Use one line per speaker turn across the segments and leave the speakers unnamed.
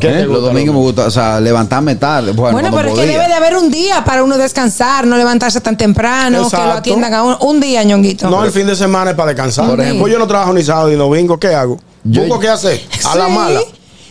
¿Qué te
¿Eh? Los
gusta,
domingos me
loco?
gusta, o sea, levantarme tarde. Bueno,
Bueno,
cuando
pero es que
podía.
debe de haber un día para uno descansar, no levantarse tan temprano, que lo
Exacto.
atiendan a uno. Un día, ñonguito.
No, el fin de semana es para descansar.
Por
Por
ejemplo.
ejemplo, yo no trabajo ni sábado ni domingo. ¿Qué hago?
Yo-
¿Busco qué hacer? A la
Sí.
mala.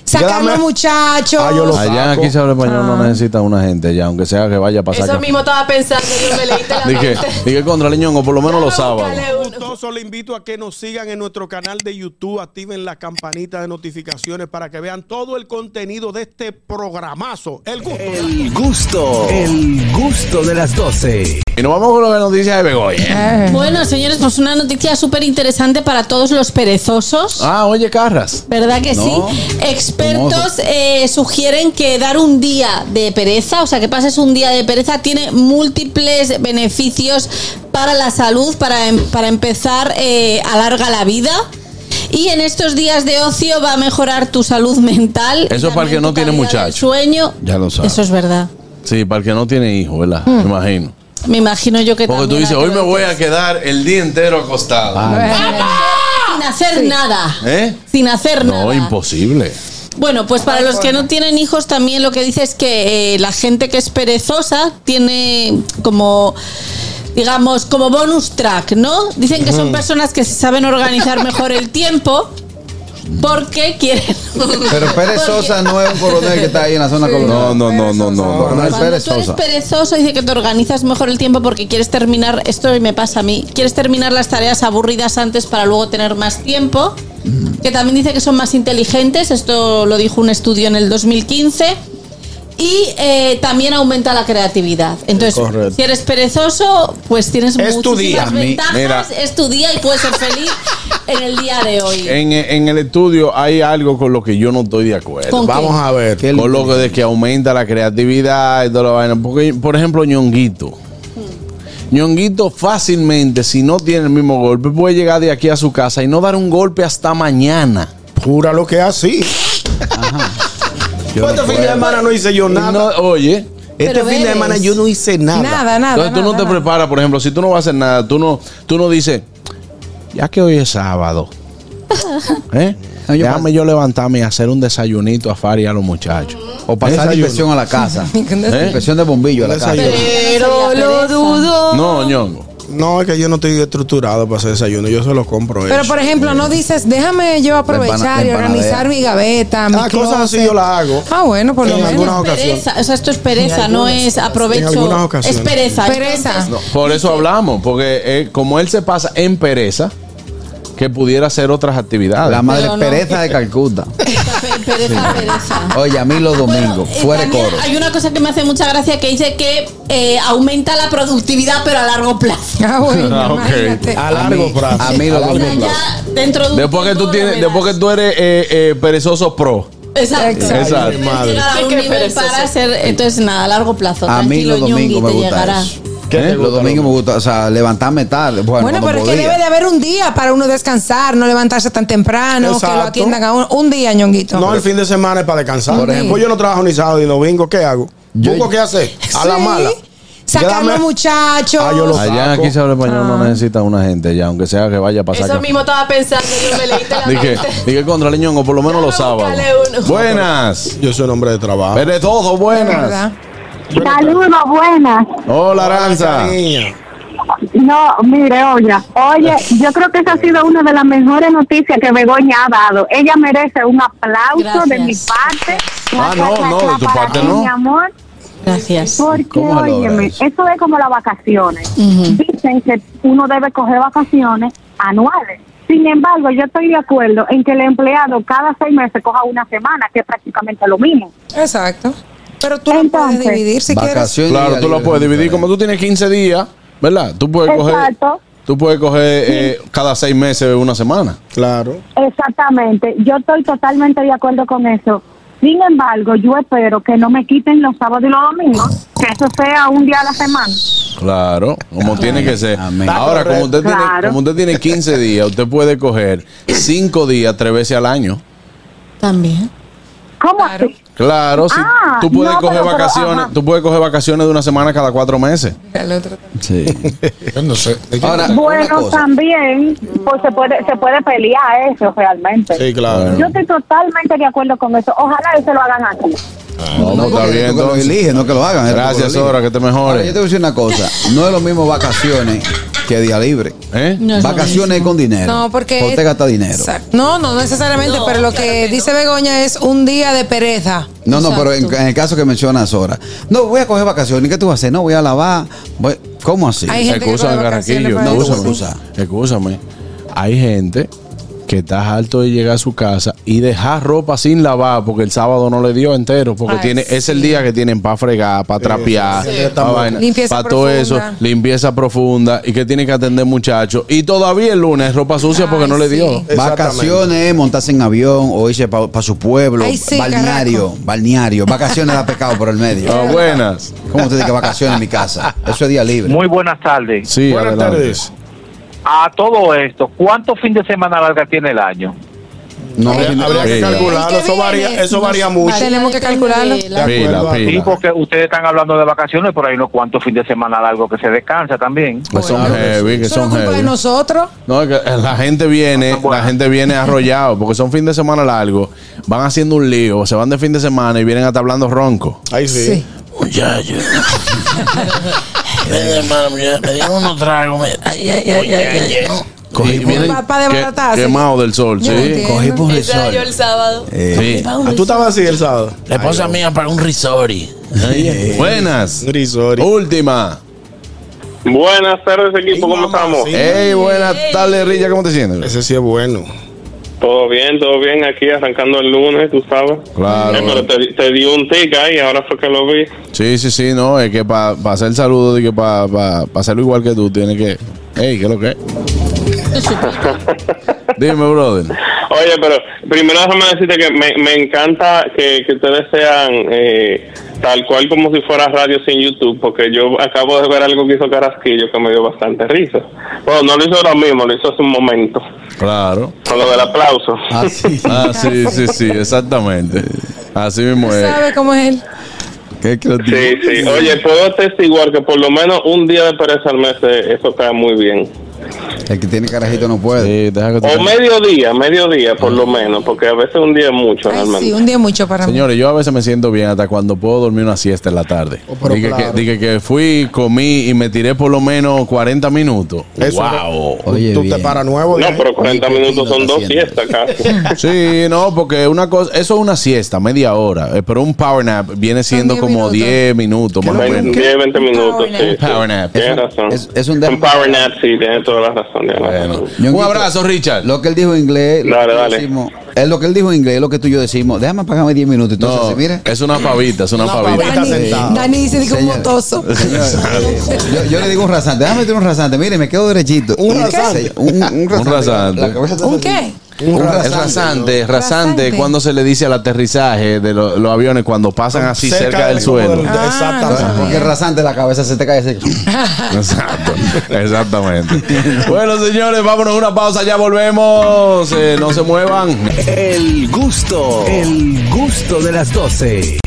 Sacando
Quédame-
muchachos.
Ah, yo lo-
Allá
saco.
aquí se habla español, no necesita una gente ya, aunque sea que vaya a pasar.
Eso mismo estaba pensando, yo me leíste la
Dije,
mente.
dije contra Leñón, o por lo menos los
Búscale
sábados.
uno.
gustoso, le invito a que nos sigan en nuestro canal de YouTube, activen la campanita de notificaciones para que vean todo el contenido de este programazo. El gusto.
El gusto, el gusto de las 12.
Y nos vamos con las noticias de Begoña.
Bueno, señores, pues una noticia súper interesante para todos los perezosos.
Ah, oye, Carras.
¿Verdad que
No.
sí? Expertos eh, sugieren que dar un día de pereza, o sea, que pases un día de pereza, tiene múltiples beneficios para la salud, para, em- para empezar, eh, alarga la vida. Y en estos días de ocio va a mejorar tu salud mental.
Eso
y
es para el que
también
no
tu
tiene
calidad del
muchacho.
Sueño.
Ya lo sabes.
Eso es verdad.
Sí, para el que no tiene hijos, ¿verdad? Me imagino.
Me imagino yo que
Porque tú
también
dices,
hay que
hoy me
ver
voy a quedar el día entero acostado.
Ah.
Sin hacer nada.
¿Eh?
Sin hacer nada.
No, imposible.
Bueno, pues para los que no tienen hijos también lo que dice es que eh, la gente que es perezosa tiene como digamos como bonus track, ¿no? Dicen que son personas que se saben organizar mejor el tiempo porque quieren.
Pero
Porque
Pérez Sosa no es un coronel que está ahí en la zona
No,
colonial.
no, no, no, no.
Coronel
cuando
Pérez
tú eres
Sosa.
perezoso dice que te organizas mejor el tiempo porque quieres terminar esto me pasa a mí. Quieres terminar las tareas aburridas antes para luego tener más tiempo. Que también dice que son más inteligentes. Esto lo dijo un estudio en el 2015. Y eh, también aumenta la creatividad. Entonces,
Correcto.
si eres perezoso, pues tienes
Es tu
muchísimas
día.
ventajas.
Mira.
Es tu día y puedes ser feliz en el día de hoy.
En, en el estudio hay algo con lo que yo no estoy de acuerdo.
¿Con qué?
Vamos a ver.
Con lo que, de que aumenta la creatividad y toda la vaina. Porque, por ejemplo, Ñonguito.
Hmm.
Ñonguito fácilmente, si no tiene el mismo golpe, puede llegar de aquí a su casa y no dar un golpe hasta mañana.
Jura lo que es así. Pues este fin de semana no hice yo nada.
No, oye,
este
Pero
fin de
eres-
semana yo no hice nada.
Nada, nada.
entonces tú no
nada,
te
nada.
preparas, por ejemplo, si tú no vas a hacer nada, tú no, tú no dices, ya que hoy es sábado, ¿eh? No, yo déjame yo levantarme y hacer un desayunito a Fari y a los muchachos.
O
Esa
pasar
es inversión.
inspección.
Inspección a la casa.
¿Eh?
Inspección de bombillo a la casa.
Desayuno.
Pero lo
¿eh?
dudo.
No, ñongo.
No, es que yo no estoy estructurado para hacer desayuno. Yo se lo compro.
Pero
hecho.
por ejemplo, no dices, déjame yo
la
aprovechar y organizar
empanadera.
mi gaveta, mi
Ah, cosas así
closet".
yo las hago.
Ah, bueno, por lo
En
menos.
algunas ocasiones.
Pereza, o sea, esto es pereza, no es
En algunas
aprovecho. Es
ocasiones.
pereza.
Pereza.
Entonces,
No, por eso hablamos, porque eh, como él se pasa en pereza, que pudiera hacer otras actividades.
La madre
Pero no.
pereza de Calcuta.
pe- Pereza, pereza.
Oye, a mí los domingos,
Bueno, eh,
fuera de
también
coro.
Hay una cosa que me hace mucha gracia que dice que eh, aumenta la productividad, pero a largo plazo.
Ah, bueno,
Ah, ok.
imagínate.
A
A
largo
mí,
plazo.
a mí los
O sea,
domingos.
ya dentro de un
Después que
tiempo
tú
lo
tienes,
verás.
después que tú eres eh, eh, perezoso pro.
Exacto.
Exacto. Exacto.
Debes
Madre.
llegar a un
Qué
nivel
perezoso.
para ser, entonces nada, a largo
A
plazo.
mí
Tranquilo,
los domingos
Ñongui,
me
te
gusta
llegará.
eso. ¿Eh? Los domingos me gusta, o sea, levantarme tarde. Bueno,
Bueno,
cuando
pero es que
podía.
debe de haber un día para uno descansar, no levantarse tan temprano, que lo
Exacto.
atiendan a uno. Un día, ñonguito.
No, el fin de semana es para descansar.
Por
Por
ejemplo.
ejemplo, yo no trabajo ni sábado ni domingo. ¿Qué hago?
Yo-
¿Busco qué hacer? A la
Sí.
mala.
Sacando
Quédame-
muchachos.
Ah, yo lo-
Allá
saco.
aquí se habla español, no necesita una gente ya, aunque sea que vaya a pasar.
Eso
acá.
mismo estaba pensando, yo me leíste la
Dije,
mente.
dije contra Leñón, o por lo menos los sábados.
Búscale uno.
Buenas.
Yo soy un hombre de trabajo.
Perezoso,
¿Verdad?
buenas. pues.
Saludos, buenas.
Hola, Aranza.
Niña.
No, mire, oye, oye, yo creo que esa ha sido una de las mejores noticias que Begoña ha dado. Ella merece un aplauso
Gracias.
de mi parte.
Ah,
Una
no,
clap,
no,
clap
de tu
para
parte
ti,
no.
Mi amor,
Gracias.
porque,
¿Cómo se logra
óyeme,
eso?
eso? es como las vacaciones.
Ujú.
Dicen que uno debe coger vacaciones anuales. Sin embargo, yo estoy de acuerdo en que el empleado cada seis meses coja una semana, que es prácticamente lo mismo.
Exacto. Pero tú lo puedes
Entonces,
dividir si quieres.
Vacaciones
Claro,
y
tú lo puedes dividir. Como tú tienes 15 días, ¿verdad? Tú puedes coger,
Exacto.
tú puedes coger eh, cada seis meses una semana.
Claro.
Exactamente, yo estoy totalmente de acuerdo con eso. Sin embargo, yo espero que no me quiten los sábados y los domingos, que eso sea un día a la semana.
Claro, como tiene que ser.
Amén.
Ahora, como usted, tiene,
Claro.
como usted tiene 15 días, usted puede coger 5 días, 3 veces al año.
También.
¿Cómo
Claro.
así?
Claro, sí.
Ah,
tú puedes
no,
coger
pero- pero-
vacaciones,
ajá.
tú puedes coger vacaciones de una semana cada cuatro meses.
El otro.
Sí.
Yo no sé. ¿de qué
Ahora, una
Bueno,
cosa.
también, pues se puede, se puede pelear eso realmente.
Sí, claro.
Yo estoy totalmente de acuerdo con eso. Ojalá y se lo hagan aquí.
No, pues, está
Ah, porque
bien,
tú que lo
entonces.
eliges, no que lo hagan. es tú que lo
Gracias,
eliges.
Sora, que te
Ahora, yo te
mejores.
voy a decir una cosa. No es lo mismo vacaciones que día libre.
¿Eh?
No es lo
vacaciones
mismo.
con dinero.
No, porque.
Usted gasta dinero.
Exacto. No, no necesariamente,
No,
pero lo
claro
que
que no.
dice Begoña es un día de pereza.
No, no, pero en, en el caso que mencionas ahora. No, voy a coger vacaciones. ¿Qué tú vas a hacer? No, voy a lavar. voy- ¿Cómo así?
Hay gente que
Excúsame,
coge vacaciones
Carraquillo.
para
No,
eso,
no,
Excúsame. Excúsame. Hay gente que está harto de llegar a su casa y dejar ropa sin lavar porque el sábado no le dio entero. Porque
Ay,
tiene, es el
sí.
día que tienen para fregar, para trapear,
sí, sí.
para
Limpieza
todo eso,
profunda.
limpieza profunda y que tiene que atender muchachos. Y todavía el lunes ropa sucia porque
Ay,
no le
sí.
dio.
Vacaciones, montarse en avión o irse para su pueblo.
Ay, sí,
balneario, balneario. Vacaciones da pecado por el medio.
Ah, buenas.
¿Cómo usted dice que vacaciones en mi casa? Eso es día libre.
Muy buenas tardes.
Sí,
Buenas
adelante.
tardes.
A todo esto, ¿cuántos fin de semana larga tiene el año?
No,
Habría,
no,
habría que
Pila.
calcularlo, eso varía, eso varía mucho.
Tenemos que calcularlo.
Pila,
acuerdo a-
pila.
Sí, porque ustedes están hablando de vacaciones, pero hay unos cuantos fin de semana largos que se descansa también.
Que Pues son heavy, que
Eso
son
no es culpa de
heavy.
nosotros.
No, es que eh, la gente viene, la gente viene arrollado, porque son fin de semana largo, van haciendo un lío, se van de fin de semana y vienen hasta hablando ronco.
Ahí sí.
Sí.
Muchacho.
Venga, hermano, mira, me dieron unos tragos. mira. Ay, ay, ay, ay, ay.
Cogí vienen
Pa- pa' desbaratarse.
que- quemado del sol,
Yo
sí.
entiendo.
cogí por el
Ese era yo
sol.
el sábado.
Eh,
Sí.
Ah, tú estabas así el sábado.
La esposa mía para un risori. Ay, ay.
eh.
Buenas.
Risori.
Uh, Última.
Buenas tardes,
equipo, ¿cómo estamos?
Hey, buenas tardes, Rilla, ¿cómo te sientes?
Ese sí es bueno.
Todo bien, todo bien, aquí arrancando el lunes, tú sabes.
Claro.
te, di un tic ahí, ahora fue que lo vi.
Sí, sí, sí, no, es que para hacer el saludo, y que para hacerlo igual que tú, tienes que. Hey, ¿qué es lo que es? Dime, brother.
Oye, pero primero déjame decirte que me, me encanta que, que ustedes sean eh, tal cual como si fuera radio sin YouTube, porque yo acabo de ver algo que hizo Carasquillo que me dio bastante risa. Bueno, no lo hizo ahora mismo, lo hizo hace un momento,
Claro.
con lo del aplauso.
así.
Ah, sí, sí, sí, exactamente. Así mismo es.
¿Sabe cómo es él?
Qué creativo.
Sí, sí. Oye, puedo atestiguar que por lo menos un día de pereza al mes eh, eso cae muy bien.
El que tiene carajito no puede.
Sí, Eh, deja que te-
O mediodía, mediodía
Ah.
por lo menos, porque a veces un día es mucho
Ay,
realmente.
sí, un día mucho para mí.
Señores, yo a veces me siento bien hasta cuando puedo dormir una siesta en la tarde.
Oh, pero
dije,
claro.
que, dije que fui, comí y me tiré por lo menos 40 minutos.
Eso
wow.
Tú-
Oye,
tú
bien.
te paras nuevo.
No,
ya.
pero 40
Oye, qué
minutos son
lindo
dos
está
siestas casi.
Sí, no, porque una cosa, eso es una siesta, media hora, eh, pero un power nap viene siendo
diez
como
minutos.
10 minutos más o
Ve-
menos.
10, 20 minutos.
Power
sí,
nap.
sí.
Power nap.
Tienes
Es un-
razón.
es- es un dem-
power nap, sí, tienes toda la razón. tienes la
Bueno.
razón.
Ñonguito,
Un abrazo, Richard.
Lo que él dijo en inglés, lo
Dale,
que yo
dale.
decimos- es lo que él dijo en inglés, es lo que tú y yo decimos. Déjame apagarme 10 minutos. Entonces,
no,
mira.
es una pavita, es una,
Una
pavita.
pavita. Está sentado.
Dani dice que un
Señores.
motoso.
Yo, yo le digo un rasante, déjame meter un rasante, mire, me quedo derechito.
¿Un
Y-
rasante?
Un, un rasante.
rasante.
La cabeza está
¿Un
así.
qué?
Un
Es rasante, es rasante,
Rasante.
cuando se le dice al aterrizaje de lo- los aviones cuando pasan así cerca, del
como
suelo.
del-
Ah,
Exactamente.
Porque el rasante la cabeza se te cae así.
Exacto, exactamente. bueno, señores, vámonos a una pausa, ya volvemos. Eh, no se muevan.
El gusto, el gusto de las 12.